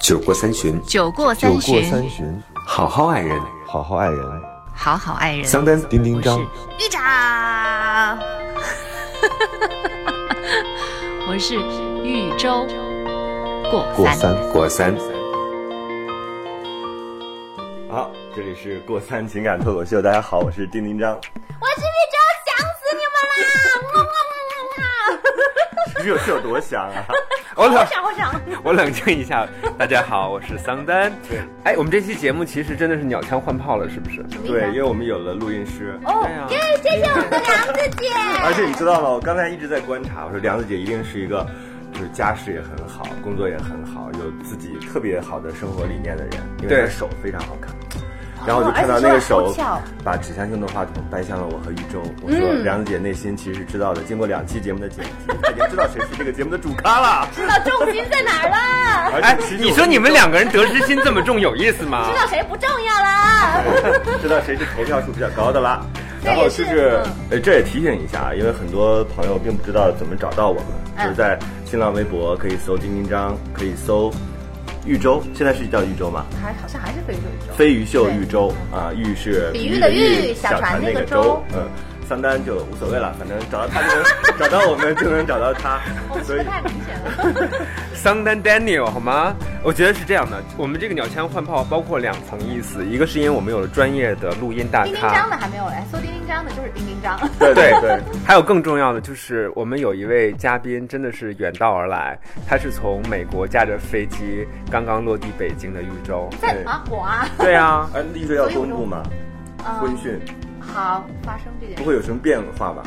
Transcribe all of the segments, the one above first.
酒过三巡，酒过酒三过巡，三巡，好好爱人。好好爱人。好好爱人。桑丹，丁丁张，玉长，我是豫 州过过三。三。过三，好，这里是过三情感脱口秀，大家好，我是丁丁张。我是 绿洲，想死你们啦！是有是有多想 啊？我冷想我想， 我冷静一下，大家好，我是桑丹。哎，我们这期节目其实真的是鸟枪换炮了，是不是？对，因为我们有了录音师。哦对呀、 而且你知道吗？我刚才一直在观察，我说梁子姐一定是一个，就是家世也很好，工作也很好，有自己特别好的生活理念的人，因为对她手非常好看。哦然后我就看到那个手把指向性的话筒掰向了我和宇宙。嗯我说，梁子姐内心其实是知道的，经过两期节目的剪辑，她已经知道谁是这个节目的主咖了。知道重心在哪儿了，而哎且其，实你我说你们两个人得失心这么重，有意思吗 知？道谁不重要了。知道谁是投票数比较高的啦。然后就是，嗯呃，这也提醒一下啊，因为很多朋友并不知道怎么找到我们，嗯就是在新浪微博可以搜丁丁张，可以搜豫州，现在是叫豫州吗？还好像还是非洲一种。飞鱼秀豫州啊，豫是比喻的喻，喻小船那那个舟舟，嗯。桑丹就无所谓了，反正找到他就能找到我们，就能找到他，所以太明显了，桑丹 Daniel 好吗？我觉得是这样的，我们这个鸟枪换炮包括两层意思，一个是因为我们有了专业的录音大丁啊丁咖张的，还没有来，搜丁丁张的就是丁丁张，对 对对，还有更重要的就是我们有一位嘉宾真的是远道而来，他是从美国驾着飞机刚刚落地北京的豫州。 在嗯啊我啊，对啊，哎，丽水要公布吗？嗯婚讯好发生这件不事， 会有什么变化吧？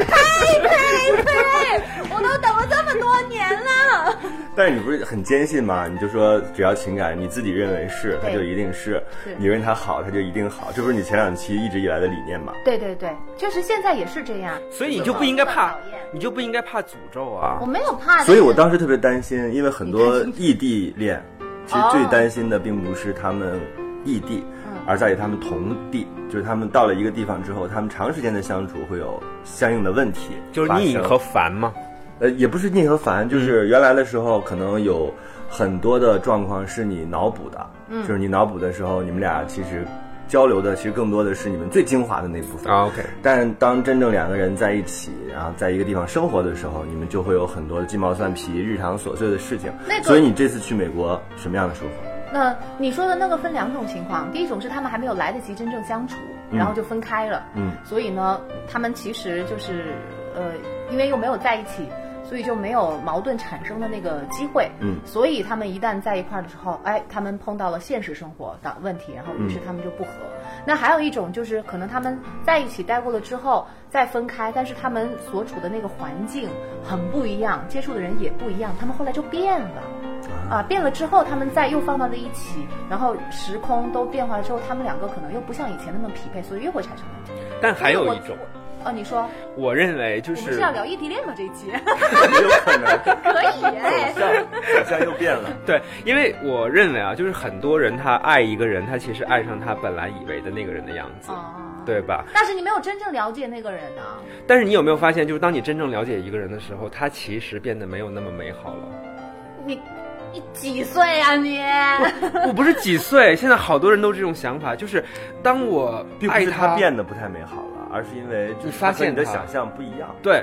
对对，我都等了这么多年了， 但是你不是很坚信吗？你就说只要情感你自己认为是，它对就一定是；是你认为它好，它就一定好。这不是你前两期一直以来的理念吗？对对对，确实现在也是这样，所以你就不应该怕讨厌，你就不应该怕诅咒啊我。没有怕，所以我当时特别担心，因为很多你担异地恋，其实最担心的并不是他们异地，嗯而在于他们同地，就是他们到了一个地方之后，他们长时间的相处会有相应的问题发生，就是逆和烦嘛。呃，也不是逆和烦，就是原来的时候可能有很多的状况是你脑补的，嗯、就是你脑补的时候，你们俩其实交流的其实更多的是你们最精华的那部分。啊，OK 但当真正两个人在一起，然后在一个地方生活的时候，你们就会有很多鸡毛蒜皮、日常琐碎的事情。那个所以你这次去美国什么样的收获？那你说的那个分两种情况，第一种是他们还没有来得及真正相处，然后就分开了，嗯所以呢，他们其实就是呃，因为又没有在一起，所以就没有矛盾产生的那个机会，嗯所以他们一旦在一块儿的时候，哎，他们碰到了现实生活的问题，然后于是嗯他们就不和。那还有一种就是可能他们在一起待过了之后再分开，但是他们所处的那个环境很不一样，接触的人也不一样，他们后来就变了。啊，变了之后，他们再又放到了一起，然后时空都变化了之后，他们两个可能又不像以前那么匹配，所以又会产生问题。但还有一种，哦，你说我认为就我们是是要聊异地恋吗？这一 期有可能可以哎走，向走向又变了。对，因为我认为啊，就是很多人他爱一个人，他其实爱上他本来以为的那个人的样子，哦，对吧？但是你没有真正了解那个人啊。但是你有没有发现，就是当你真正了解一个人的时候，他其实变得没有那么美好了。你你几岁啊你？我不是几岁，现在好多人都这种想法，就是当我并不爱是他变得不太美好了，而是因为就是你发它和现你的它想象不一样。对。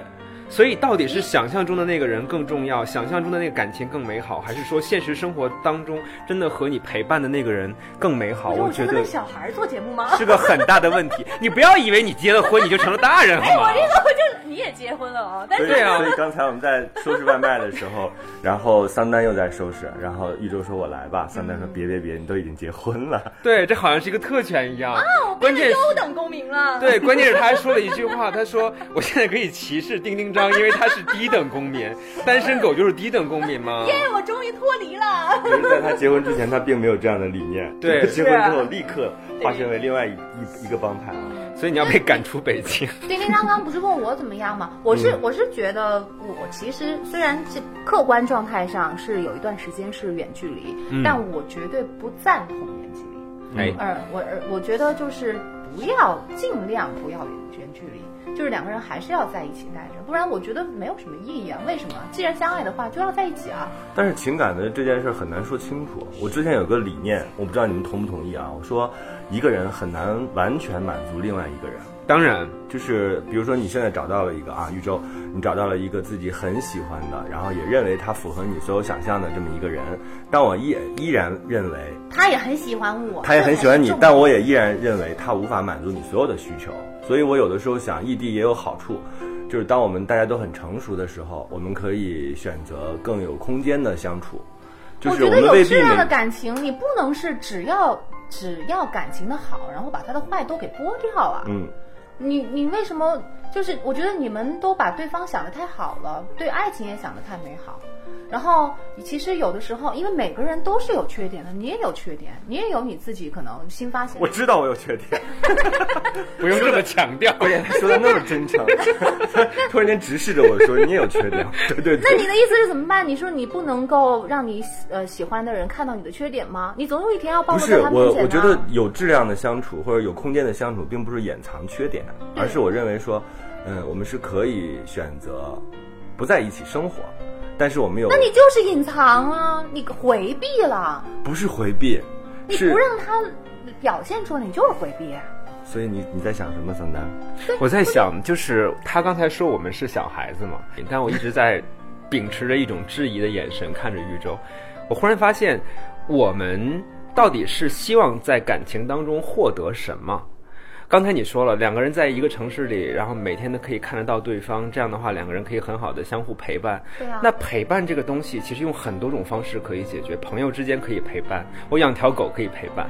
所以，到底是想象中的那个人更重要，想象中的那个感情更美好，还是说现实生活当中真的和你陪伴的那个人更美 好？哎我我是觉为得了小孩做节目吗？ 是个很大的问题。你不要以为你结了婚你就成了大人，好吗？ 哎我就你也结婚了哦，但所以对啊所以刚才我们在收拾外卖的时 候，然后桑丹又在收拾，然后玉州说：“我来嗯吧。”桑丹说：“别别别，你都已经结婚了。对，这好像是一个特权一样。关键是优等公民了。对，关键是他还说了一句话，他说我现在可以歧视丁丁张，因为他是低等公民，单身狗就是低等公民 吗？哎，我终于脱离了。”可是在他结婚之前，他并没有这样的理念。对他结婚之后立刻化身为另外一一一个帮派。啊所以你要被赶出北京。丁丁刚刚不是问我怎么样吗？我嗯是我是觉得我其实虽然这客观状态上是有一段时间是远距嗯离，但我绝对不赞同远距离。哎呃，我呃我觉得就是不要尽量不要远距离，就是两个人还是要在一起待着，不然我觉得没有什么意义啊。为什么？既然相爱的话，就要在一起啊。但是情感的这件事很难说清楚。我之前有个理念，我不知道你们同不同意啊。我说，一个人很难完全满足另外一个人。当然，就是比如说你现在找到了一个啊，玉州，你找到了一个自己很喜欢的，然后也认为他符合你所有想象的这么一个人，但我依依然认为他也很喜欢我，他也很喜欢你 这才是重，点但我也依然认为他无法满足你所有的需求。所以我有的时候想，异地也有好处，就是当我们大家都很成熟的时候，我们可以选择更有空间的相处，就是我觉们得未有必质量每的感情，你不能是只要只要感情的好，然后把它的坏都给剥掉啊。嗯。你你为什么就是？我觉得你们都把对方想得太好了，对爱情也想得太美好。然后其实有的时候，因为每个人都是有缺点的，你也有缺点，你也有你自己可能新发 现我的。知道我有缺点，不用这么强调。关键他说的那么真诚， 突然间直视着我说：“你也有缺点。” 对对那对，你的意思是怎么办？你说你不能够让你呃喜欢的人看到你的缺点吗？你总有一天要暴不露在是他面啊我，前我的。觉得有质量的相处或者有空间的相处，并不是掩藏缺点，而是我认为说，嗯，我们是可以选择不在一起生活，但是我们有那你就是隐藏啊，你回避了，不是回避，你是不让他表现出来，你就是回避啊。所以你你在想什么，桑丹？啊我在想，就是他刚才说我们是小孩子嘛，但我一直在秉持着一种质疑的眼神看着玉州。我忽然发现，我们到底是希望在感情当中获得什么？刚才你说了，两个人在一个城市里，然后每天都可以看得到对方，这样的话，两个人可以很好的相互陪伴。对啊那陪伴这个东西，其实用很多种方式可以解决。朋友之间可以陪伴，我养条狗可以陪伴。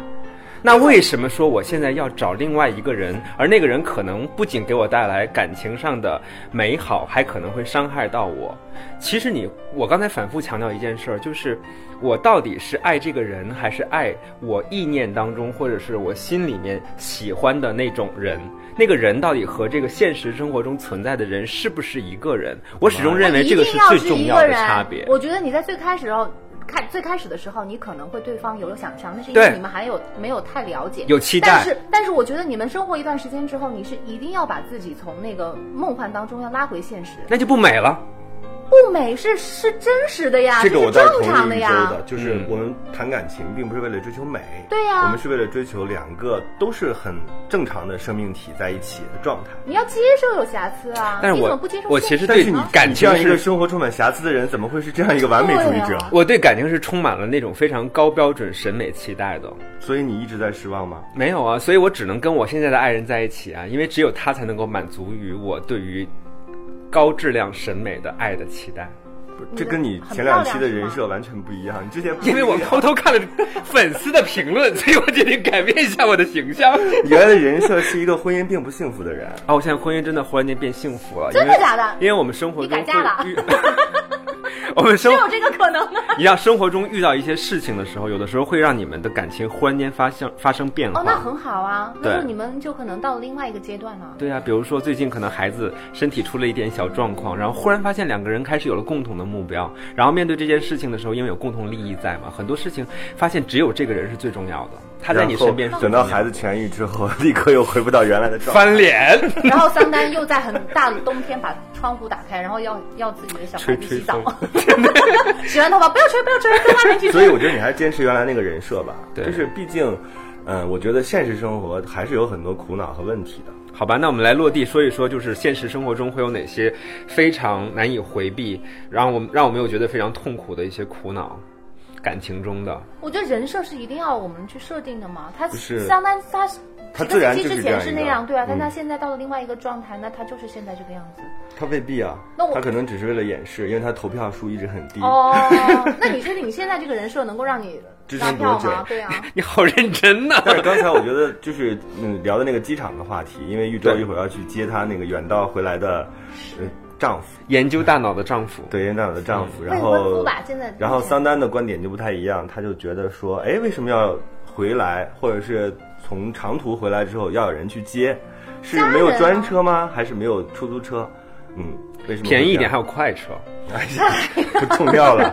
那为什么说我现在要找另外一个人，而那个人可能不仅给我带来感情上的美好，还可能会伤害到我？其实你，我刚才反复强调一件事儿，就是我到底是爱这个人，还是爱我意念当中或者是我心里面喜欢的那种人？那个人到底和这个现实生活中存在的人是不是一个人？我始终认为这个是最重要的差别。我觉得你在最开始哦，看最开始的时候，你可能会对方有想象，那是因对为你们还有没有太了解，有期待但是但是我觉得你们生活一段时间之后，你是一定要把自己从那个梦幻当中要拉回现实。那就不美了。不美是是真实的呀，这个我是倒是正同常意一周呀。的，就是嗯我们谈感情并不是为了追求美，对呀我们是为了追求两个都是很正常的生命体在一起的状态。你要接受有瑕疵啊，但是你怎么我不接受我现其实实啊对呢感这情样一是个生活充满瑕疵的人，怎么会是这样一个完美主义对者？啊我对感情是充满了那种非常高标准审美期待的。所以你一直在失望吗？没有啊，所以我只能跟我现在的爱人在一起啊，因为只有他才能够满足于我对于高质量审美的爱的期 待。不是你这的跟你很前漂两亮期的是人吗设完全不一样。你之前不因为我是这样偷偷看了粉丝的评论，所以我决定改变一下我的形 象。你 原来的人设是一个婚姻并不幸福的人。啊，我现在婚姻真的忽然间变幸福了，真因的为假的因为我们生活中你改嫁了 会遇，我们生只有这个可 能吗？啊你让生活中遇到一些事情的时候，有的时候会让你们的感情忽然间发生发生变化。哦，那很好啊，那对就你们就可能到了另外一个阶段了。对啊，比如说最近可能孩子身体出了一点小状况，然后忽然发现两个人开始有了共同的目标，然后面对这件事情的时候，因为有共同利益在嘛，很多事情发现只有这个人是最重要的， 他在你身边然是后等到孩子子痊愈之后，立刻又回不到原来的状态。翻脸， 然后桑丹又在很大的冬天把窗户打开，然后要要自己的小孩吹子吹洗澡风， 洗完头发不要吹不要吹，跟他人去所以我觉得你还坚持原来那个人设吧。 对就是毕竟，嗯，我觉得现实生活还是有很多苦恼和问题的。 好吧，那我们来落地说一说，就是现实生活中会有哪些非常难以回避，让我们让我们又觉得非常痛苦的一些苦恼，感情中的。 我觉得人设是一定要我们去设定的嘛，他不是相当他他几自然个星期就是这之前样是一那个样，对啊，但嗯他现在到了另外一个状态，那他就是现在这个样子。他未必啊那，我他可能只是为了掩饰，因为他投票数一直很低。哦， 那你确定你现在这个人设能够让你支撑拉票多久吗？对啊，你好认真呐、但是刚才我觉得就是嗯聊的那个机场的话题，因为玉州对一会儿要去接她那个远道回来的呃丈夫，研究大脑的丈夫，对，远道的丈夫，然未婚夫后吧，现在然后目前桑丹的观点就不太一样，他就觉得说，哎，为什么要回来，或者是从长途回来之后要有人去接，是家人没有啊专车吗？还是没有出租车？嗯，为什么会便宜一这点还样 有快车。不重要了，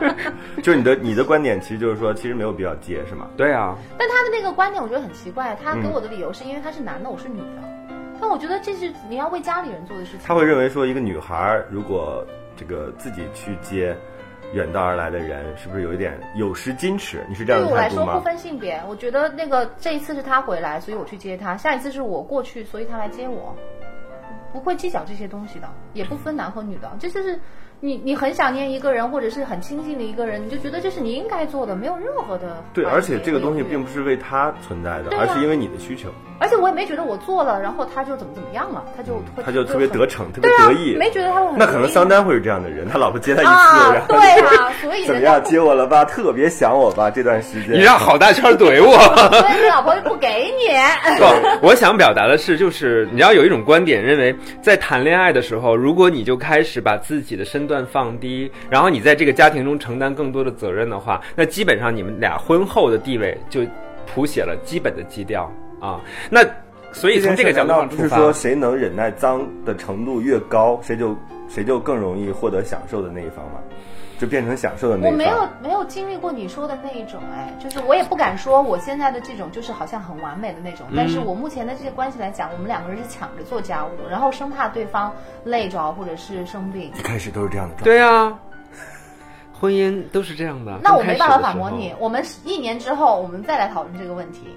就是你的你的观点，其实就是说，其实没有必要接，是吗？对啊，但他的那个观点我觉得很奇怪，他给我嗯的理由是因为他是男的，我是女的。但我觉得这是你要为家里人做的事情。他会认为说，一个女孩儿如果这个自己去接远道而来的人，是不是有一点有失矜持？你是这样对的我来态度说不吗？分性别，我觉得那个这一次是他回来，所以我去接他；下一次是我过去，所以他来接我。不会计较这些东西的，也不分男和女的，这就是你你很想念一个人，或者是很亲近的一个人，你就觉得这是你应该做的，没有任何的对，怀疑而且这个和东西犹豫并不是为他存在的，对啊而是因为你的需求，而且我也没觉得我做了，然后他就怎么怎么样了，他就会嗯他就特别得逞，特别对啊得意，。没觉得他会很那可能得意桑丹会是这样的人，他老婆接他一次，啊然，后对啊，所以怎么人家样不接我了吧？特别想我吧？这段时间你让郝大圈怼我。所哎以你老婆就不给你。 不，我想表达的是，就是你要有一种观点，认为在谈恋爱的时候，如果你就开始把自己的身段放低，然后你在这个家庭中承担更多的责任的话，那基本上你们俩婚后的地位就谱写了基本的基调啊。那所以从这个角度上不出是发，说谁能忍耐脏的程度越高，谁就谁就更容易获得享受的那一方嘛，就变成享受的那一我方。没有没有经历过你说的那一种，哎，就是我也不敢说我现在的这种就是好像很完美的那种，但是嗯我目前的这些关系来讲，我们两个人是抢着做家务，然后生怕对方累着或者是生病。一开始都是这样的状态。对啊，婚姻都是这样的。那我没刚开办始的法反时驳候你，，我们一年之后我们再来讨论这个问题。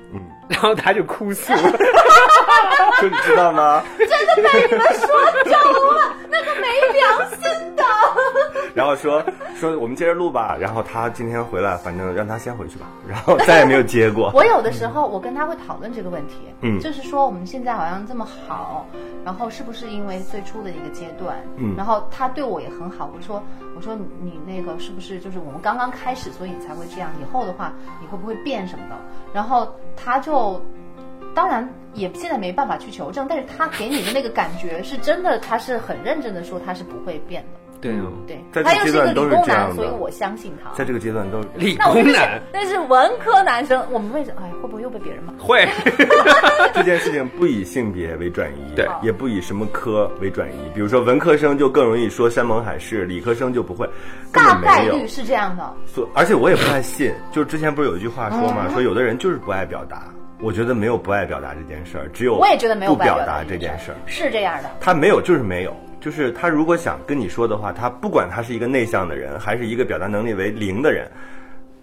然后他就哭诉。就 你知道吗？ 没良心的，然后说说我们接着录吧，然后他今天回来，反正让他先回去吧，然后再也没有接过。我有的时候我跟他会讨论这个问题，嗯就是说我们现在好像这么好，然后是不是因为最初的一个阶段，嗯然后他对我也很好，我说我说你你那个是不是就是我们刚刚开始，所以你才会这样，以后的话你会不会变什么的？然后他就。当然也现在没办法去求证，但是他给你的那个感觉是真的，他是很认真的说他是不会变的， 对啊，对在，他这又阶是一段个理都是工这样男，的所以我相信他。在这个阶段都是理那我工们男那是文科男生，我们为什么？哎，会不会又被别人骂？会。 啊这件事情不以性别为转移，对也不以什么科为转移。比如说文科生就更容易说山盟海誓，理科生就不会，根大本概没有率。是这样的。所而且我也不太信，就是之前不是有一句话说嗯嘛，说有的人就是不爱表达。我觉得没有不爱表达这件事儿，只有我也觉得没有不不爱表表达达这这件件事儿。是这样的，他没有就是没有，就是他如果想跟你说的话，他不管他是一个内向的人，还是一个表达能力为零的人，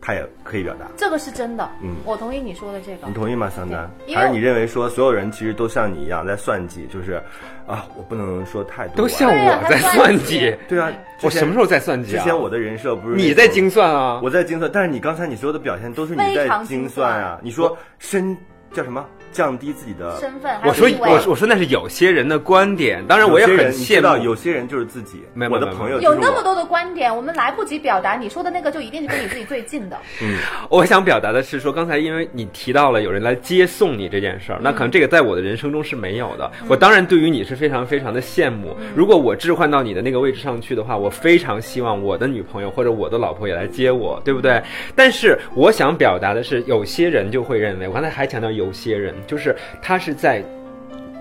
他也可以表达。这个是真的。嗯我同意你说的这个你。同意吗，桑丹？对因为还是你认为说所有人其实都像你一样在算计，就是啊，我不能说太多啊。 都像对呀我在他算算计计，对啊，我什么时候？候在算计之啊？前我的人设不是你那在种精算啊？我在精算，但是你刚才你所有的表现都是你非在常精精算算啊！你说身叫什么？降低自己的身份还我有说地位我说我说那是有些人的观点，当然我也有些很人你羡知道，慕有些人就是自己。没有我的没有朋没友有有就是那么我多的观点，我们来不及表达。你说的那个就一定是跟你自己最近 的。 我想表达的是说，刚才因为你提到了有人来接送你这件事儿，那可嗯能这个在我的人生中是没有的。我当然对于你是非常非常的羡慕。嗯如果我置换到你的那个位置上去的话，我非常希望我的女朋友或者我的老婆也来接我，对不嗯对？但是我想表达的是，有些人就会认为，我刚才还强调有些人，就是他是在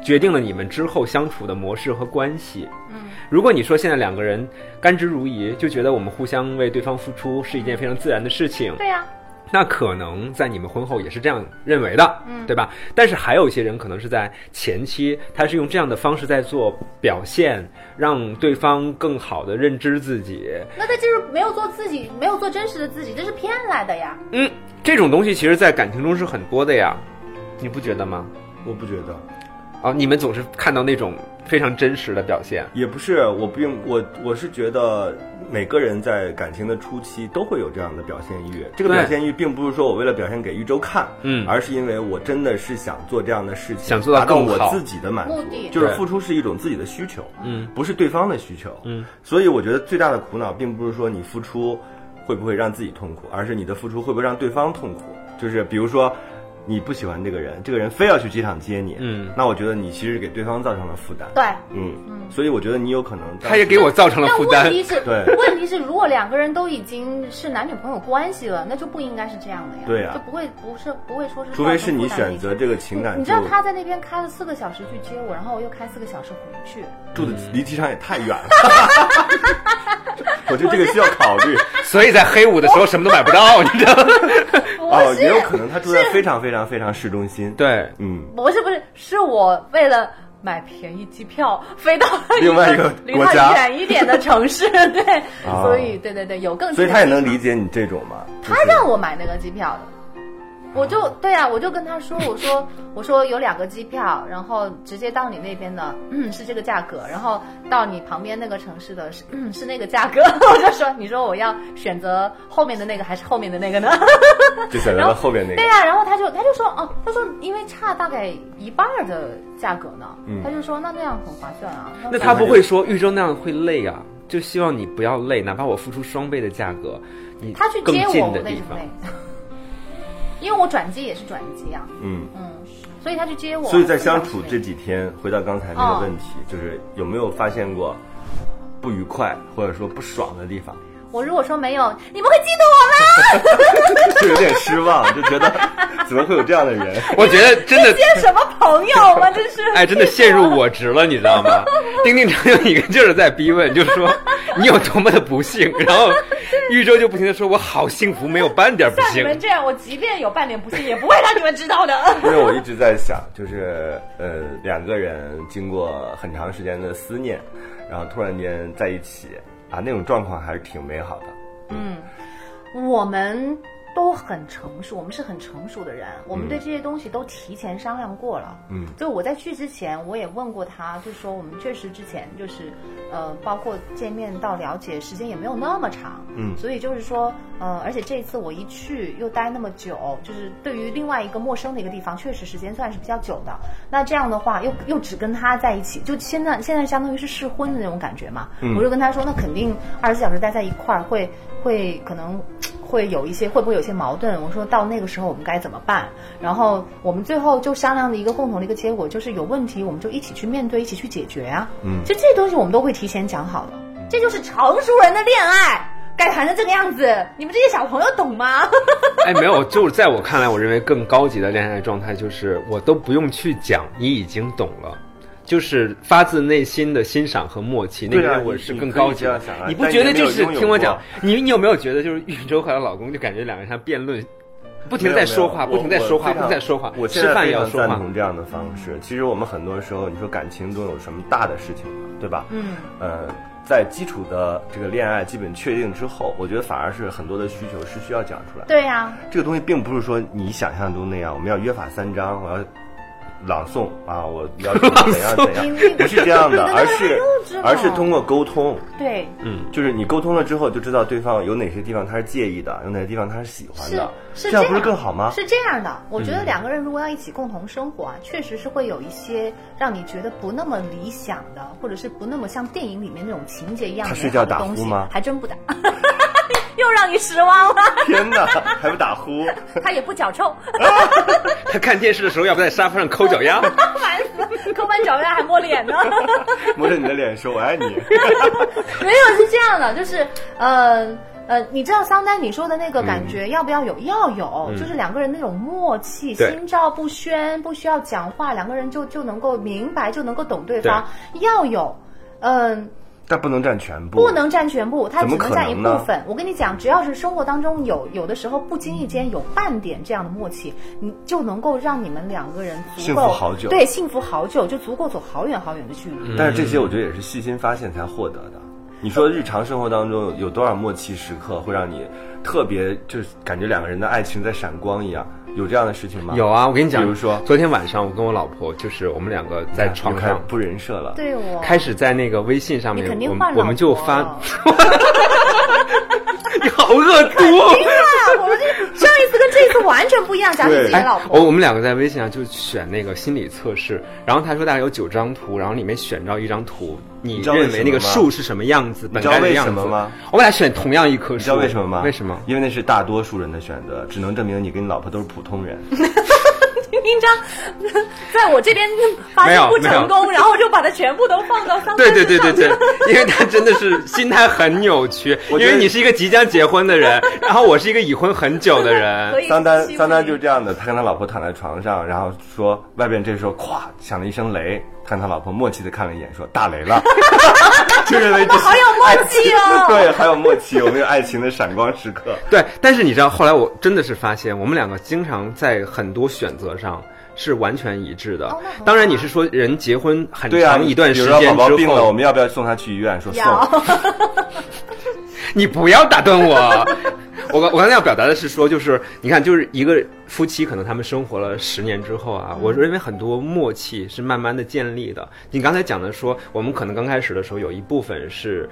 决定了你们之后相处的模式和关系。嗯，如果你说现在两个人甘之如饴，就觉得我们互相为对方付出是一件非常自然的事情，对呀、那可能在你们婚后也是这样认为的，嗯对吧？但是还有一些人可能是在前期，他是用这样的方式在做表现，让对方更好的认知自己。那他就是没有做自己，没有做真实的自己，这是骗来的呀。嗯，这种东西其实，在感情中是很多的呀，你不觉得吗？我不觉得，啊，你们总是看到那种非常真实的表现，也不是，我并我我是觉得每个人在感情的初期都会有这样的表现欲。这个对表现欲并不是说我为了表现给玉州看，嗯而是因为我真的是想做这样的事情，想做到达到更我好自己的满足目的，就是对付出是一种自己的需求，嗯，不是对方的需求，嗯。所以我觉得最大的苦恼并不是说你付出会不会让自己痛苦，而是你的付出会不会让对方痛苦。就是比如说。你不喜欢这个人，这个人非要去机场接你，嗯那我觉得你其实给对方造成了负担，对，嗯，所以我觉得你有可能，他也给我造成了但负问担。题是，对问题是，如果两个人都已经是男女朋友关系了，那就不应该是这样的呀。对呀就不会不是不会说是，除非是你选择这个情感你就知道他在那边开了四个小时去接我，然后我又开四个小时回去，住的离机场也太远了，我觉得这个需要考虑。所以在黑五的时候什么都买不到，你知道吗？哦，也有可能他住在非常非常非常市中心。，对，嗯，不是不是，是我为了买便宜机票 飞到了另外一个离国他家远一点的 城市，对，啊所以对对对，有更近的所以他也能地方理解你这种嘛。他让我买那个机票的。我就对啊，我就跟他说，我说我说有两个机票，然后直接到你那边的，嗯，是这个价格，然后到你旁边那个城市的是，嗯，是那个价格。 我就说，你说我要选择后面的那个还是后面的那个呢？就选择了后边那个对。呀、然后他就他就说，哦，他说因为差大概一半儿的价格呢，嗯他就说那那样很划算啊。那他不会说玉州那样会累啊？就希望你不要累，哪怕我付出双倍的价格，你他去更接近我，我的为地什么方累？ 因为我转机也是转机啊，嗯，嗯，所以他去接我啊。所以在相这处样这子几天，回到刚才那个问题，就是有没有发现过不愉快或者说不爽的地方，我如果说没有，你们会嫉妒我吗？ 就有点失望，就觉得怎么会有这样的人？我觉得真的，见什么朋友吗？真是， 哎，真的陷入我执了，你知道吗？丁丁常有一个劲儿地在逼问，就是说你有多么的不幸，然 后玉州就不停的说，我好幸福，没有半点不像你幸。们这样，我即便有半点不幸，也不会让你们知道的。 因为我一直在想，就是呃，两个人经过很长时间的思念，然后突然间在一起啊，那种状况还是挺美好的。我们都很成熟，我们是很成熟的人，我嗯们对这些东西都提前商量过了。嗯就我在去之前，我也问过他，就说我们确实之前就是，呃，包括见面到了解时间也没有那么长，嗯所以就是说，呃，而且这一次我一去又待那么久，就是对于另外一个陌生的一个地方，确实时间算是比较久的。那这样的话，又又只跟他在一起，就现在现在相当于是试婚的那种感觉嘛。嗯我就跟他说，那肯定二十四小时待在一块儿会会可能会有一些会不会有些矛盾？我说到那个时候我们该怎么办？然后我们最后就商量的一个共同的一个结果就是有问题我们就一起去面对，一起去解决啊。嗯就这些东西我们都会提前讲好了，这就是成熟人的恋爱。该谈成这个样子，你们这些小朋友懂吗？ 哎，没有，就是在我看来，我认为更高级的恋爱状态就是我都不用去讲，你已经懂了。就是发自内心的欣赏和默契，那对啊个我你是你更可以高级这的样想啊。你不但觉你得没就有是拥有听我过讲，你你有没有觉得就是玉州和她老公就感觉两个人像辩论，不停的在说话，没不有停没地有在我说我非话，不停常地在说话，我现吃在饭非要常说赞话。同这样的方式。其实我们很多时候，你说感情中有什么大的事情嘛，对吧？嗯，呃，在基础的这个恋爱基本确定之后，我觉得反而是很多的需求是需要讲出来的。 对呀、这个东西并不是说你想象中那样，我们要约法三章，我要朗诵啊，我要怎样怎样你你，不是这样的，你而你是都知道而是通过沟通，对，就是你沟通了之后就知道对方有哪些地方他是介意的，有哪些地方他是喜欢是的，是这样不是更好吗？是这样的，我觉嗯得两个人如果要一起共同生活啊，确实是会有一些让你觉得不那么理想的，或者是不那么像电影里面那种情节一样他美睡好觉的打呼东西吗还真不打， 又让你失望了。天哪，还不打呼？他也不脚臭， 他看电视的时候，要不在沙发上抠脚丫。烦死了，抠完脚丫还摸脸呢。摸着你的脸说“我爱 你没有，是这样的，就是呃呃，你知道桑丹你说的那个感嗯觉、要不要有？要有，就是两个人那种默契，对心照不宣，不需要讲话，两个人就就能够明白，就能够懂对方。要有，嗯、”，但不能占全部，不能占全部，它怎只么能可占一能部呢分。我跟你讲，只要是生活当中有有的时候不经意间有半点这样的默契，你就能够让你们两个人足幸够福好久嗯对，幸福好久就足够走好远好远的距离。嗯但是这些我觉得也是细心发现才获得的。你说日常生活当中有有多少默契时刻会让你特别就是感觉两个人的爱情在闪光一样？有这样的事情吗？ 有啊，我跟你讲，比如说啊昨天晚上我跟我老婆，就是我们两个在床又开始上，不人设了。对我开始在那个微信上面你肯，定我换们老我们就婆发， 你好恶毒。哦啊，我们这上一次跟这一次完全不一样，讲你自己的哎老，我婆。 我们两个在微信上就选那个心理测试，然后他说大概有九张图，然后里面选到一张图，你知道为认为那个什么吗树是什么样子，你本知道该的为样什子么吗？我们俩选同样一棵树，你知道为什么吗？为什么？因为那是大多数人的选择，只能证明你跟你老婆都是普通人。平常在我这边发现不成功，然后就把它全部都放到桑丹对身上。对对对对，因为他真的是心态很扭曲，因我觉得为你是一个即将结婚的人，然后我是一个已婚很久的人可，以桑丹欺负桑丹你就是这样的，他跟他老婆躺在床上，然后说外边这时候咵响了一声雷，看他老婆默契的看了一眼，说打雷 了，就认为这好是有爱。默契哦 对，还有默契，我们有爱情的闪光时刻。对，但是你知道，后来我真的是发现，我们两个经常在很多选择上是完全一致的。哦那很好当然，你是说人结婚很对啊，长一段时比如间说宝宝之病了，我后，们要不要送他去医院？说 送，要你不要打断我。 我刚我刚才要表达的是说，就是你看，就是一个夫妻，可能他们生活了十年之后嗯啊，我认为很多默契是慢慢的建立的。你刚才讲的说，我们可能刚开始的时候有一部分是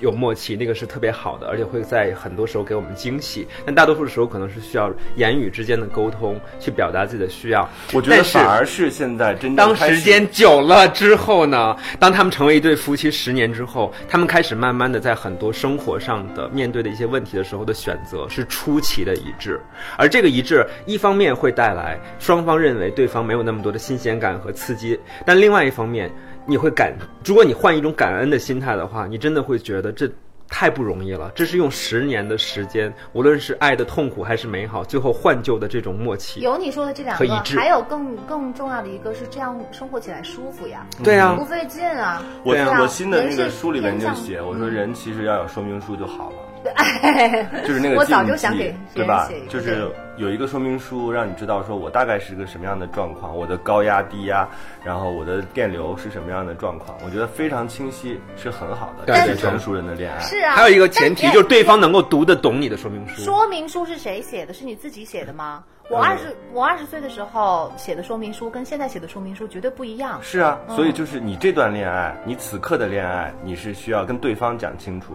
有默契，那个是特别好的，而且会在很多时候给我们惊喜。但大多数的时候，可能是需要言语之间的沟通去表达自己的需要。我觉得但是反而是现在真正当开始时间久了之后呢，当他们成为一对夫妻十年之后，他们开始慢慢的在很多生活上的面对的一些问题的时候的选择是出奇的一致，而这个一致一方面会带来双方认为对方没有那么多的新鲜感和刺激，但另外一方面你会感，如果你换一种感恩的心态的话，你真的会觉得这。太不容易了，这是用十年的时间，无论是爱的痛苦还是美好，最后换就的这种默契。有你说的这两和个一，致还有更更重要的一个是这样生活起来舒服呀，对啊，不费劲啊。我对啊我新的那个人是书里面就天降写，我说人其实要有说明书就好了， 哎就是那个我早禁就想忌给别对人吧写一个？就是有一个说明书，让你知道说我大概是个什么样的状况，我的高压低压，然后我的电流是什么样的状况，我觉得非常清晰，是很好的，对这是对对成熟人的恋爱。是啊，还有一个前提但就是对方能够读得懂你的说明书。说明书是谁写的？是你自己写的吗？我二嗯十、我二十岁的时候写的说明书跟现在写的说明书绝对不一样。是啊，所以就是你这段恋爱，你此刻的恋爱，你是需要跟对方讲清楚，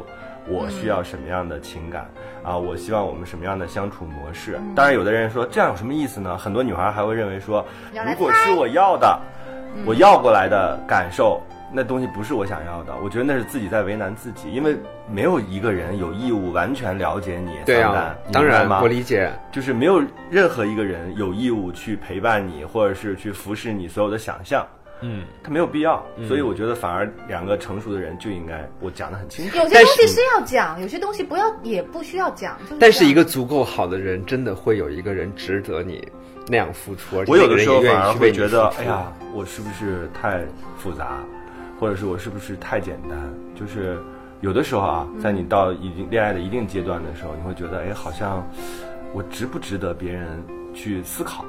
我需要什么样的情感、嗯啊，我希望我们什么样的相处模式。当然，有的人说这样有什么意思呢？很多女孩还会认为说，要来如果猜嗯是我要的，我要过来的感受。那东西不是我想要的，我觉得那是自己在为难自己，因为没有一个人有义务完全了解你。对桑啊丹，你当明白然吗我理解。就是没有任何一个人有义务去陪伴你，或者是去服侍你所有的想象。嗯，他没有必要，所以我觉得反而两个成熟的人就应该，我讲的很清楚。有些但东是西是要讲，有些东西不要也不需要讲。就但是一个个足够好的人，真的会有一个人值得你那样付出，而且我有那个的人时也候愿反意而去为会你觉得，付出哎呀，，我是不是太复杂，或者是我是不是太简单？就是有的时候啊，在嗯你到已经恋爱的一定阶段的时候，你会觉得，哎，好像我值不值得别人去思考？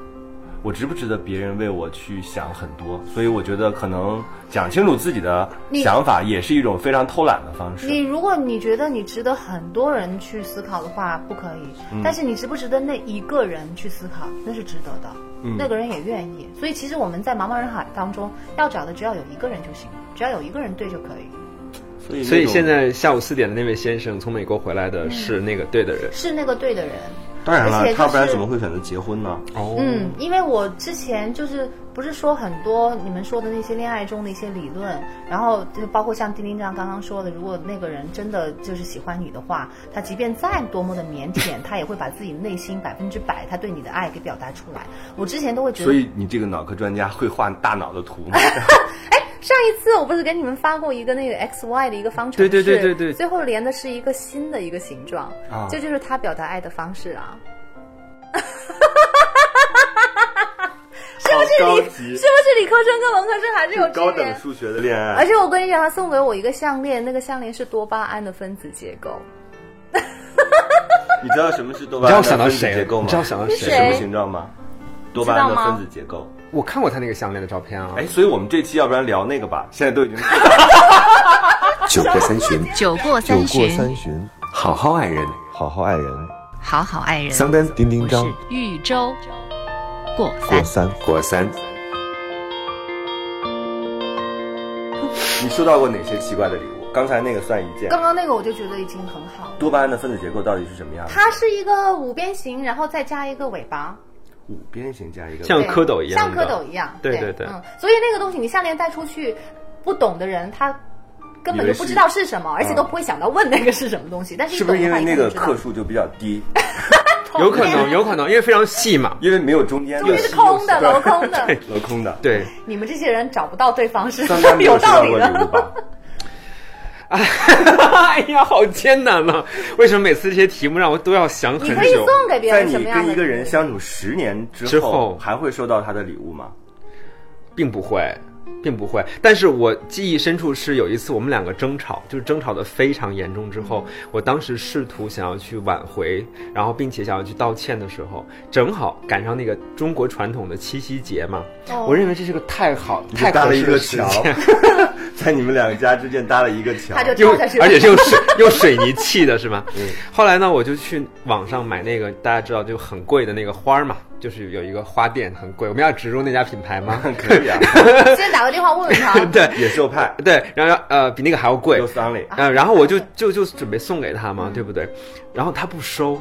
我值不值得别人为我去想很多？所以我觉得可能讲清楚自己的你想法也是一种非常偷懒的方式。你如果你觉得你值得很多人去思考的话，不可以。嗯但是你值不值得那一个人去思考，那是值得的。嗯那个人也愿意。所以其实我们在茫茫人海当中要找的只要有一个人就行，只要有一个人对就可以。所以所那以种现在下午四点的那位先生从美国回来嗯的是那个对的人。是那个对的人。当然了而且，就他不然是怎么会选择结婚呢？哦，嗯，因为我之前就是不是说很多你们说的那些恋爱中的一些理论，然后就包括像丁丁这样刚刚说的，如果那个人真的就是喜欢你的话，他即便再多么的腼腆，他也会把自己内心百分之百他对你的爱给表达出来。我之前都会觉得，所以你这个脑科专家会画大脑的图 吗？上一次我不是给你们发过一个那个 x y 的一个方程对式，对对对对最后连的是一个新的一个形状，啊这就是他表达爱的方式啊。是不是高级是不哎是理科生跟文科生还是有高区别等？数学的恋而爱？且我跟你讲，他送给我一个项链，那个项链是多巴胺的分子结构。你知道什么是多你巴知道胺我的想到分子谁结了？构吗？你知道我想到是谁谁了？什么形状吗？多巴胺的知道吗分子结构。我看过他那个项链的照片啊。哎，所以我们这期要不然聊那个吧？现在 都已经酒过三巡，酒过酒三过巡，三巡，好好爱人。好好爱人。好好爱人。桑丹丁丁我是张豫州过过三。三，果三，你收到过哪些奇怪的礼物？刚才那个算一件。刚刚那个我就觉得已经很好了，多巴胺的分子结构到底是什么样的？它是一个五边形，然后再加一个尾巴，五边形加一个像对蝌蚪一样像的蝌蚪一样。对对对对嗯，所以那个东西你项链带出去，不懂的人他根本以为就是不知道是什么，而且都不会想到问那个是什么东西。但是是不是因为那个克课数就比较低？哦有可能，有可能，因为非常细嘛。因为没有中间，中间是空的，镂空 的，镂空的。对， 你们这些人找不到对方是刚才没 有收道到理过礼物的。吧？哎呀，好艰难啊！为什么每次这些题目让我都要想很你久？可以送给别在人你什么样的？跟一个人相处十年之之后，后还会收到他的礼物吗？并不会。并不会。但是我记忆深处是有一次我们两个争吵，就是争吵的非常严重之后，我当时试图想要去挽回，然后并且想要去道歉的时候，正好赶上那个中国传统的七夕节嘛，哦我认为这是个太好你就太搭合了一适个 的时桥间。，在你们两家之间搭了一个桥他。就用跳下去了，而且是用水用水泥砌的是吗？后来呢，我就去网上买那个大家知道就很贵的那个花儿嘛，就是有一个花店很贵，我们要植入那家品牌 吗？。可以啊，先打个电话问问他 对野兽派对，然后呃比那个还要贵又，桑里，呃，然后 我就就就准备送给他嘛，嗯对不对？然后他不收，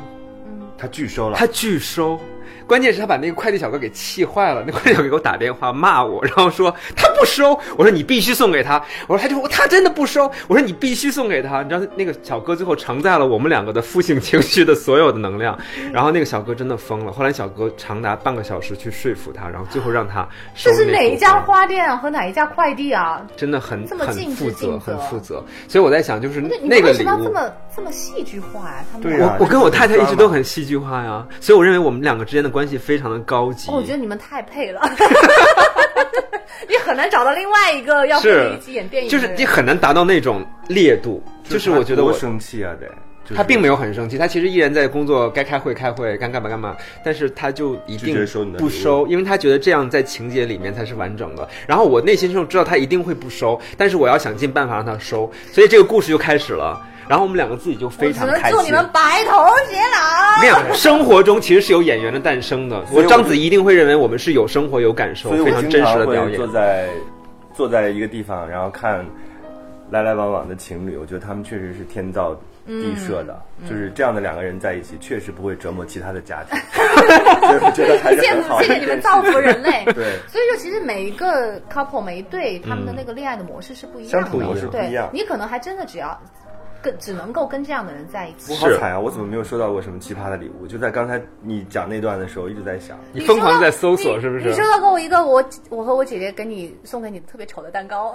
他拒收了他。拒收。关键是他把那个快递小哥给气坏了，那快递小哥给我打电话骂我，然后说他不收，我说你必须送给他，我说他就说他真的不收，我说你必须送给他，你知道那个小哥最后承载了我们两个的负性情绪的所有的能量，然后那个小哥真的疯了，后来小哥长达半个小时去说服他，然后最后让他收这是那哪束一家花花店啊和哪一家快递啊？真的很这么很尽职负责，尽责很负责。所以我在想，就是不是你那们个为什礼么要物这，么这么戏剧化呀、他们对啊我我跟我太太一直都这很戏剧化呀，所以我认为我们两个之间的关系非常的高级。哦我觉得你们太配了， 你很难找到另外一个要跟是你一起演电影就的人，是你很难达到那种烈度，就是我觉得我多。生气啊，得。就是他并没有很生气，他其实依然在工作，该开会开会，该干嘛干嘛。但是他就一拒绝定收你的礼物不收，因为他觉得这样在情节里面才是完整的。然后我内心中知道他一定会不收，但是我要想尽办法让他收，所以这个故事就开始了。然后我们两个自己就非常我只开能心。祝你们白头偕老。没有，生活中其实是有演员的诞生的。所以我我章子怡一定会认为我们是有生活、有感受、所以我非常经真实常的表会坐演。在坐在一个地方，然后看来来往往的情侣，我觉得他们确实是天造嗯地设的，就是这样的两个人在一起，确实不会折磨其他的 家庭。 所以我觉得还是谢很好的谢一件事。谢你们造福人类。对，所以说，其实每一个 couple 每一对他嗯们的那个恋爱的模式是不一样的，相处模式不一样对你可能还真的只要跟只能够跟这样的人在一我起。好惨啊！我怎么没有收到过什么奇葩的礼物？就在刚才你讲那段的时候，一直在想，你 疯狂收到在搜索，是不你是你？收到过我一个我我和我姐姐给你送给你特别丑的蛋糕，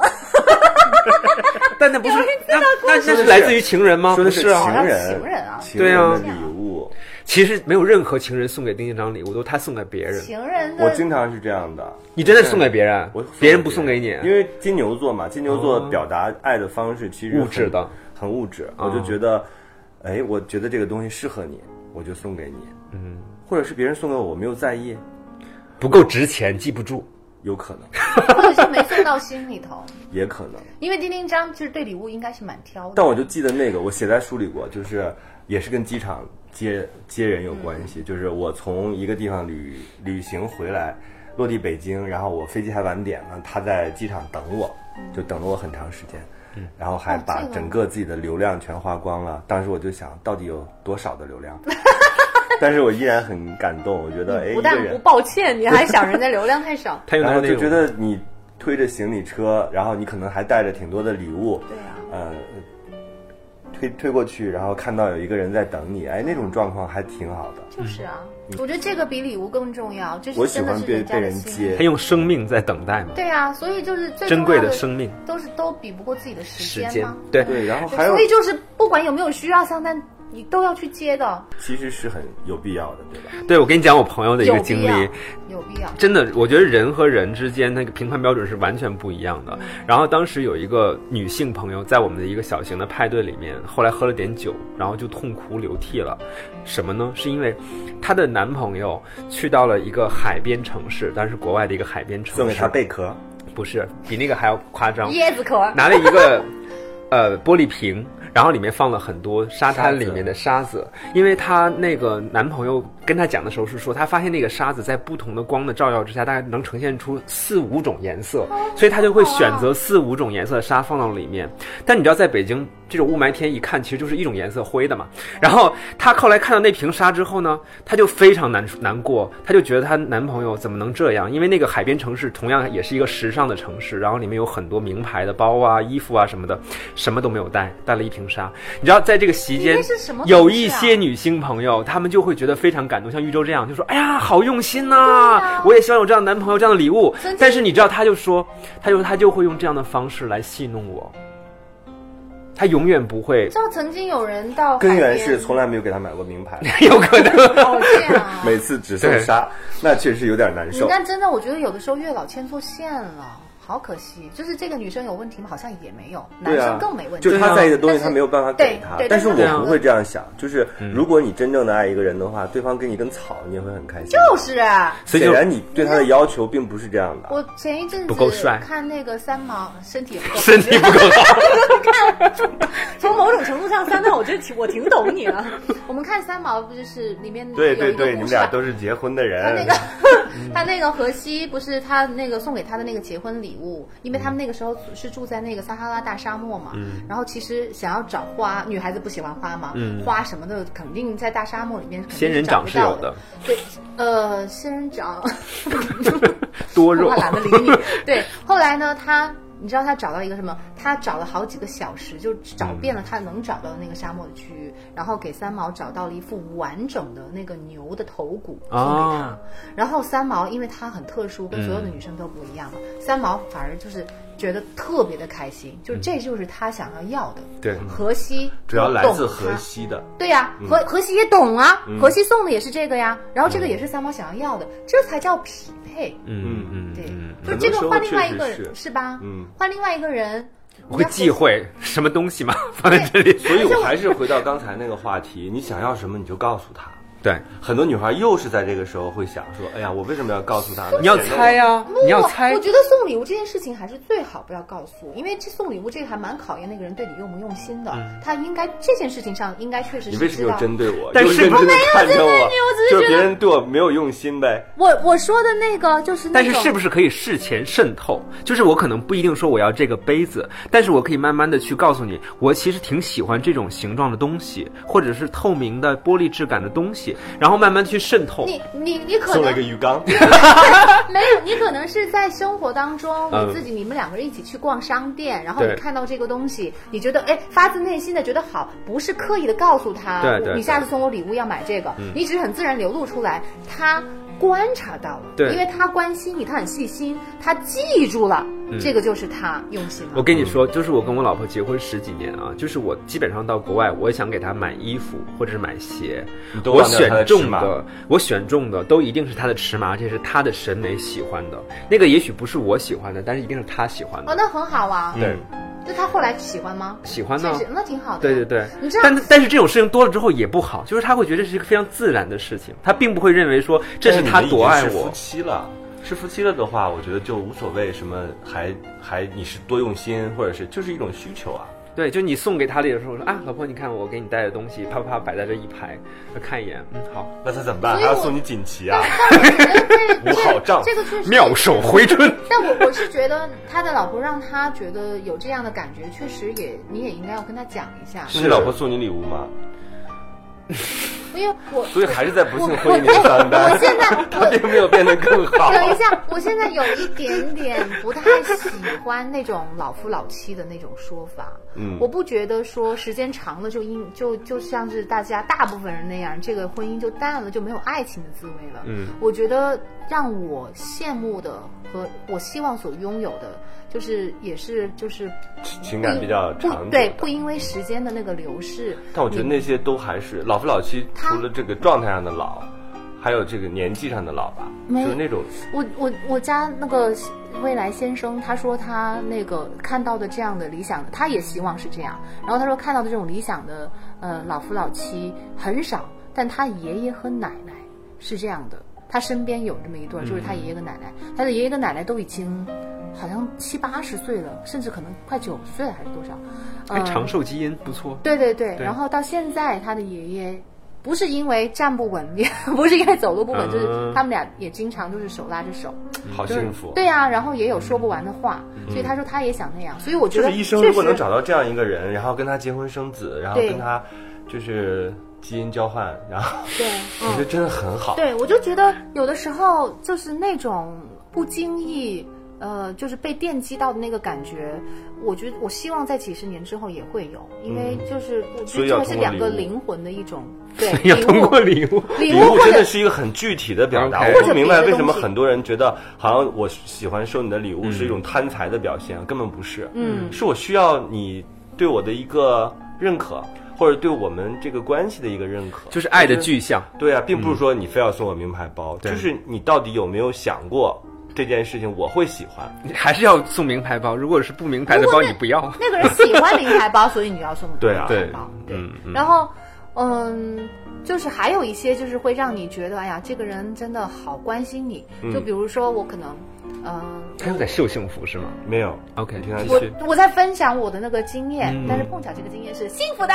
但那不是那那那是来自于情人吗？说的不是情啊，好像人，情人啊情人的对礼物。其实没有任何情人送给丁丁张礼物，都他送给别人。 情人我的经常是这样的，你真的送给别人啊我，别人不送给你，啊哦因为金牛座嘛，金牛座表达爱的方式其实很物质的，很物质。哦我就觉得，哎，我觉得这个东西适合你，我就送给你。嗯，或者是别人送给我，我没有在意，不够值钱，记不住。有可能，或者是没送到心里 头，也可能。因为丁丁张就是对礼物应该是蛮挑的。但我就记得那个，我写在书里过，就是也是跟机场接接人有嗯关系。就是我从一个地方旅旅行回来，落地北京，然后我飞机还晚点呢，他在机场等我，就等了我很长时间。嗯，然后还哦把这个整个自己的流量全花光了，当时我就想，到底有多少的流 量？但是我依然很感动，我觉得，哎，一个不但不人，抱歉，你还想人家流量太 少他用然他后的就那觉种得你推着行李车，然后你可能还带着挺多的礼物，对啊。呃，推推过去，然后看到有一个人在等你，哎，那种状况还挺好的。就是啊，我觉得这个比礼物更重要，这嗯我是喜真的欢是被人家被的人心意。接他，用生命在等待嘛，对啊，所以就是最珍贵重要的的生命都是都比不过自己的时时间间吗？。对，对，然后对还有所以就是不管有没有需要上单，你都要去接的，其实是很有必要的，对吧？对，我跟你讲我朋友的一有个经必历要，，有必 要。真的，我觉得人和人之间那个评判标准是完全不一样的。然后当时有一个女性朋友在我们的一个小型的派对里面，后来喝了点酒，然后就痛哭流涕了。什么呢？是因为她的男朋友去到了一个海边城市，但是国外的一个海边城市，送给他贝壳，不是比那个还要夸张，椰子壳，拿了一个呃玻璃瓶，然后里面放了很多沙滩里面的沙子，因为她那个男朋友跟她讲的时候是说，她发现那个沙子在不同的光的照耀之下，大概能呈现出四五种颜色，所以她就会选择四五种颜色的沙放到里面。但你知道，在北京这种雾霾天一看，其实就是一种颜色灰的嘛。然后她后来看到那瓶沙之后呢，她就非常难难过，她就觉得她男朋友怎么能这样？因为那个海边城市同样也是一个时尚的城市，然后里面有很多名牌的包啊、衣服啊什么的，什么都没有带，带了一瓶沙。你知道，在这个席里间面是什么东西啊有一些女性朋友，她们就会觉得非常感动，像玉州这样，就说：“哎呀，好用心呐、我也希望有这样的男朋友，这样的礼物。尊”敬但是你知道，她就说，她就她就会用这样的方式来戏弄我，她永远不会知。道曾经有人到根海源边是从来没有给他买过名 牌，。有可能，哦这样啊 每次只送沙，那确实有点难人受。家真的，我觉得有的时候月老牵错线了，好可惜，就是这个女生有问题吗？好像也没有，男对啊，生更没问题。就他在意的东西，但是他没有办法给他对对。但是但是我我不会这样想，就是如果你真正的爱一个人的话，对方给你根草，你也会很开心。就是啊，所以显就然你对他的要求并不是这样的。我前一阵子不够帅看那个三毛，身体也不够，身体不够好。 从某种程度上，三毛，我真挺我挺懂你了。我们看三毛不就是里面有一个故事啊吧是结婚的他人那个哎 嗯他那个荷西不是他那个送给他的那个结婚礼物，因为他们那个时候是住在那个撒哈拉大沙漠嘛，嗯然后其实想要找花，女孩子不喜欢花嘛，花什么的肯定在大沙漠里面肯定 仙人掌找不是有到的，对，呃，仙 人掌。多我肉怕，懒得理你。对，后来呢，他你知道他找到一个什么？他找了好几个小时，就找嗯遍了他能找到的那个沙漠的区域，然后给三毛找到了一副完整的那个牛的头骨送给他。哦然后三毛因为他很特殊，跟所有的女生都不一样嘛，三毛反而就是觉得特别的开心，就是这就是他想要要的。嗯对，荷西主要来自懂河他西嗯的。对呀、荷荷西也懂啊，荷西送的也是这个呀，然后嗯这个也是三毛想要要的，这才叫匹配。嗯嗯对嗯，，就是这很多时个候换另外确一实个是人是吧？嗯，换另外一个人，我会人家忌讳什么东西嘛，放在这里。所以我还是回到刚才那个话题，你想要什么你就告诉他。对，很多女孩又是在这个时候会想说：“哎呀，我为什么要告诉他呢？”你要猜呀、呀，你要猜我。我觉得送礼物这件事情还是最好不要告诉，因为这送礼物这个还蛮考验那个人对你用不用心的。他应该这件事情上应该确实嗯你是为什知么道要。针对我？但又是认真的看着针对我你我只，是就是觉别得人对我没有用心呗。我我说的那个就是那但种，是是不是可以事前渗透？就是我可能不一定说我要这个杯子，但是我可以慢慢的去告诉你，我其实挺喜欢这种形状的东西，或者是透明的玻璃质感的东西，然后慢慢去渗透。你你你可送了能一个鱼缸， 没有，你可能是在生活当中，嗯你自己你们两个人一起去逛商店，然后你对看到这个东西，你觉得哎，发自内心的觉得好，不是刻意的告诉他，对对嗯我你下次送我礼物要买这个，你只是很自然流露出来，他观察到了，对因为他关心你，他很细心，他记住了，嗯这个就是他用心我了。跟你说，就是我跟我老婆结婚十几年啊，就是我基本上到国外，我想给她买衣服或者是买鞋，你都我忘掉她选的尺中码的，我选中的都一定是她的尺码，而且是她的审美喜欢的。那个也许不是我喜欢的，但是一定是她喜欢的。哦，那很好啊，对，那他后来喜欢吗？嗯喜欢呢确？实，那挺好的。对对。对你知，道但但是这种事情多了之后也不好，就是她会觉得这是一个非常自然的事情，她并不会认为说这是她多但爱是你们已经是夫我。妻了，是夫妻了的话，我觉得就无所谓什么还还你是多用心，或者是就是一种需求啊。对，就你送给她的时候说啊，老婆，你看我给你带的东西，啪啪啪摆在这一排，她看一眼，嗯，好，那他怎么办？还所以我要送你锦旗 啊？但我觉得 这五好丈这这个确实妙手回春。但我我是觉得他的老婆让他觉得有这样的感觉，确实也你也应该要跟他讲一下，是你老婆送你礼物吗？因为我所以还是在不幸婚姻里我我翻单。我现在 他并没有变得更 好。等一下，我现在有一点点不太喜欢那种老夫老妻的那种说法。嗯我不觉得说时间长了就应就就像是大家大部分人那样，这个婚姻就淡了，就没有爱情的滋味了。嗯，我觉得让我羡慕的和我希望所拥有的，就是也是就是情感比较不长久的对，不因为时间的那个流逝，但我觉得那些都还是老夫老妻，他除了这个状态上的老，还有这个年纪上的老吧，就没是那种我我我家那个未来先生，他说他那个看到的这样的理想，他也希望是这样。然后他说看到的这种理想的呃老夫老妻很少，但他爷爷和奶奶是这样的。他身边有这么一对儿，嗯就是他爷爷跟奶奶，他的爷爷跟奶奶都已经好像七八十岁了，甚至可能快九十岁了还是多少。哎，呃长寿基因不 错。对对对，对然后到现在他的爷爷不是因为站不稳，也 不是因为走路不稳，就是嗯他们俩也经常就是手拉着手，好就是幸福。嗯对呀、然后也有说不完的话，所以他说他也想那样，所以我觉就得是一生确如果能实找到这样一个人，然后跟他结婚生子，然后对跟他就是基因交换，然后对，我觉得嗯，真的很好。对我就觉得有的时候就是那种不经意。呃，就是被电击到的那个感觉，我觉得我希望在几十年之后也会有，因为就是我觉嗯所得以要这还是通过两礼个物灵魂的一种 对要礼通物过礼物，礼礼物物或真者的是一个很具体的表达， OK 我不明白为什或者别的么东西很多人觉得好像我喜欢收你的礼物是一种贪财的表现，根本不是。嗯是我需要你对我的一个认可，或者对我们这个关系的一个认可，就是爱的具象。对啊，并不是说你非要送我名牌包，就是你到底有没有想过这件事情我会喜欢。你还是要送名牌包。如果是不名牌的包，如果那你不要。那个人喜欢名牌包，所以你就要送对啊名牌包。对，嗯嗯然后嗯，就是还有一些就是会让你觉得，哎呀，这个人真的好关心你。就比如说我可能，嗯，他又在秀幸福是吗没有， ？OK，你听他继我续。我在分享我的那个经验，但是碰巧这个经验是幸福的，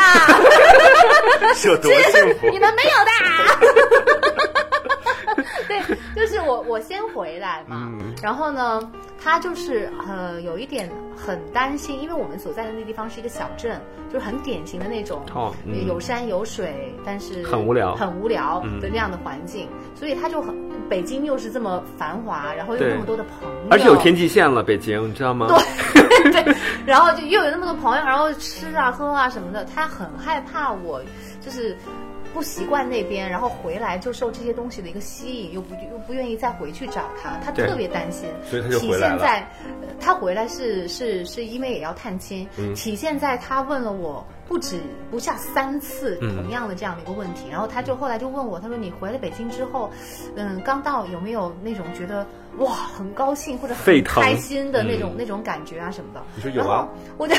是有多幸福你？们没 有的。对，就是我我先回来嘛，嗯然后呢，他就是呃有一点很担心，因为我们所在的那地方是一个小镇，就是很典型的那种、哦嗯有山有水，但是很无聊嗯很无聊的那样的环境，所以他就很北京又是这么繁华，然后又有对那么多的朋友，而且有天际线了，北京，你知道吗？ 对，然后就又有那么多朋友，然后吃啊喝啊什么的，他很害怕我就是不习惯那边，然后回来就受这些东西的一个吸引，又不又不愿意再回去找他，他对特别担心。所以他就体回来现了在、呃他回来是是是因为也要探亲，嗯体现在他问了我。不止不下三次嗯同样的这样的一个问题，然后他就后来就问我，他说你回了北京之后，嗯，刚到有没有那种觉得哇很高兴或者沸很腾嗯开心的那种、那种感觉啊什么的？你说有啊？我就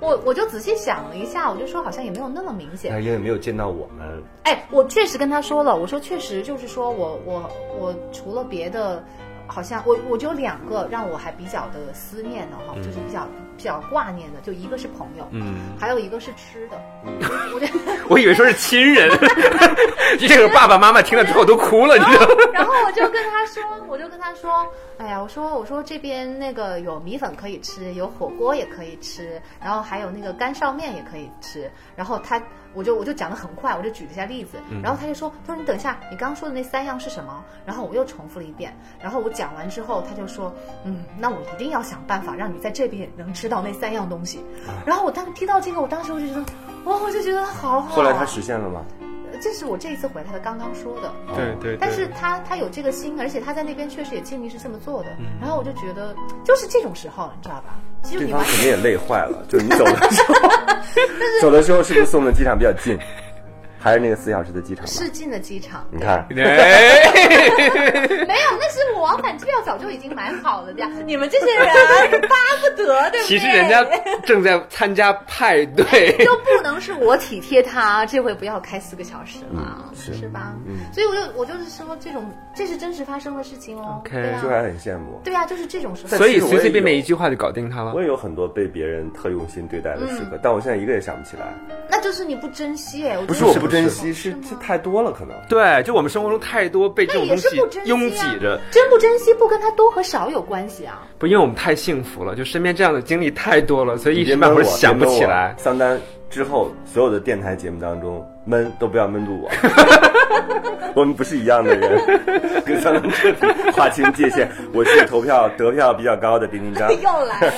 我我就 仔细想了一下，我就说好像也没有那么明显他。哎因为没有见到我们，哎，我确实跟他说了，我说确实就是说我我我除了别的，好像我我就有两个让我还比较的思念的哈，就是比较比较挂念的，就一个是朋友，嗯，还有一个是吃的。我觉得，我以为说是亲 人，这个爸爸妈妈听了之后都哭了，你知道吗？然后我就跟他说，我就跟他说，哎呀，我说我说这边那个有米粉可以吃，有火锅也可以吃，然后还有那个干烧面也可以吃。然后他，我就我就讲的很快，我就举了一下例子，嗯然后他就说，他说你等一下，你刚刚说的那三样是什么？然后我又重复了一遍，然后我讲完之后，他就说，嗯，那我一定要想办法让你在这边也能吃到那三样东西。啊然后我当听到这个，我当时我就觉得，哇，我就觉得好好。后来他实现了吗？这是我这一次回来的刚刚说的。对对但是他他有这个心，而且他在那边确实也尽力是这么做的。嗯然后我就觉得，就是这种时候，你知道吧？就是对你方完肯定也累坏了。就是你走的 时候，走的时候是不是送的机场比较近？还是那个四小时的机场吧？是进了机场，你看， 哎没有，那是我往返机票早就已经买好了的呀。你们这些人巴不得，对不对？其实人家哎正在参加派 对，都不能是我体贴他，这回不要开四个小时嗯了，是吧？所以我就我就是说，这种这是真实发生的事情哦。 OK，对就啊，还很羡慕。对啊，就是这种时候。所以随随便便一句话就搞定他了我。也有很多被别人特用心对待的时刻，嗯但我现在一个也想不起来。那就是你不珍惜哎，不觉是得我这不种珍时候惜，是这太多了可能。对，就我们生活中太多被这那种也东是西不珍惜、啊、拥挤着，真不珍惜不跟他多和少有关系啊。不，因为我们太幸福了，就身边这样的经历太多了，所以一时别半闷会我，儿想不别闷起我来。桑丹之后所有的电台节目当中，闷都不要闷住我。 我们不是一样的人， 跟桑丹彻底划清界限。我是投票得票比较高的丁丁张， 又来了，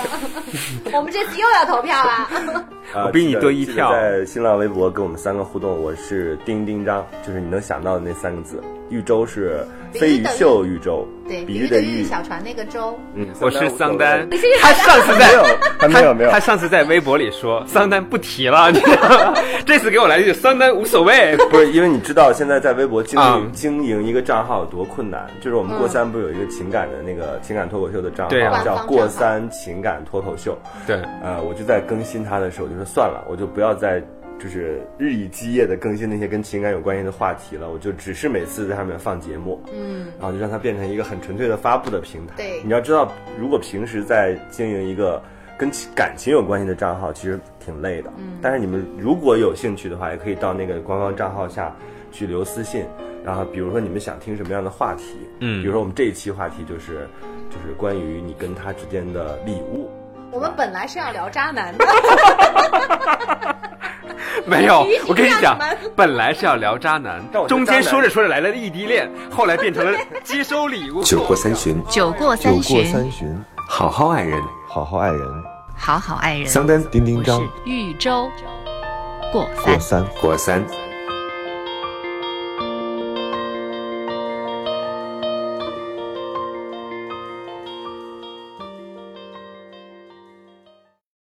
我们这次又要投票啦。呃我比你多一票记得在新浪微博跟我们三个互动，我是丁丁张，就是你能想到的那三个字。豫州是飞鱼秀豫州， 对，比比喻喻的的喻喻，。小船那个 舟。嗯，我是桑丹无所谓，他上次在没有，还没有没有他，上次在微博里说桑丹不提了，你知道吗？ 这次给我来一句桑丹无所谓。不是，因为你知道现在在微博经营、嗯经营一个账号有多困难，就是我们过三不是有一个情感的那个情感脱口秀的账号、对啊叫嗯官方过账号三情感脱口秀，对，呃，我就在更新它的时候就说算了，我就不要再就是日以继夜的更新那些跟情感有关系的话题了，我就只是每次在上面放节目，嗯，然后就让它变成一个很纯粹的发布的平台。对你要知道，如果平时在经营一个跟情感情有关系的账号，其实挺累的。嗯，但是你们如果有兴趣的话，也可以到那个官方账号下去留私信，然后比如说你们想听什么样的话题，嗯比如说我们这一期话题就是就是关于你跟他之间的礼物。我们本来是要聊渣男的， 没有你，我跟你讲你这样，本来是要聊渣男但我，觉得中渣间男说着说着来了异地恋，后来变成 了接收礼物。酒过三巡，酒过酒三过巡，三巡，好好爱人。好好爱人。好好爱人。桑丹、丁丁我是张豫州过过三。三。国三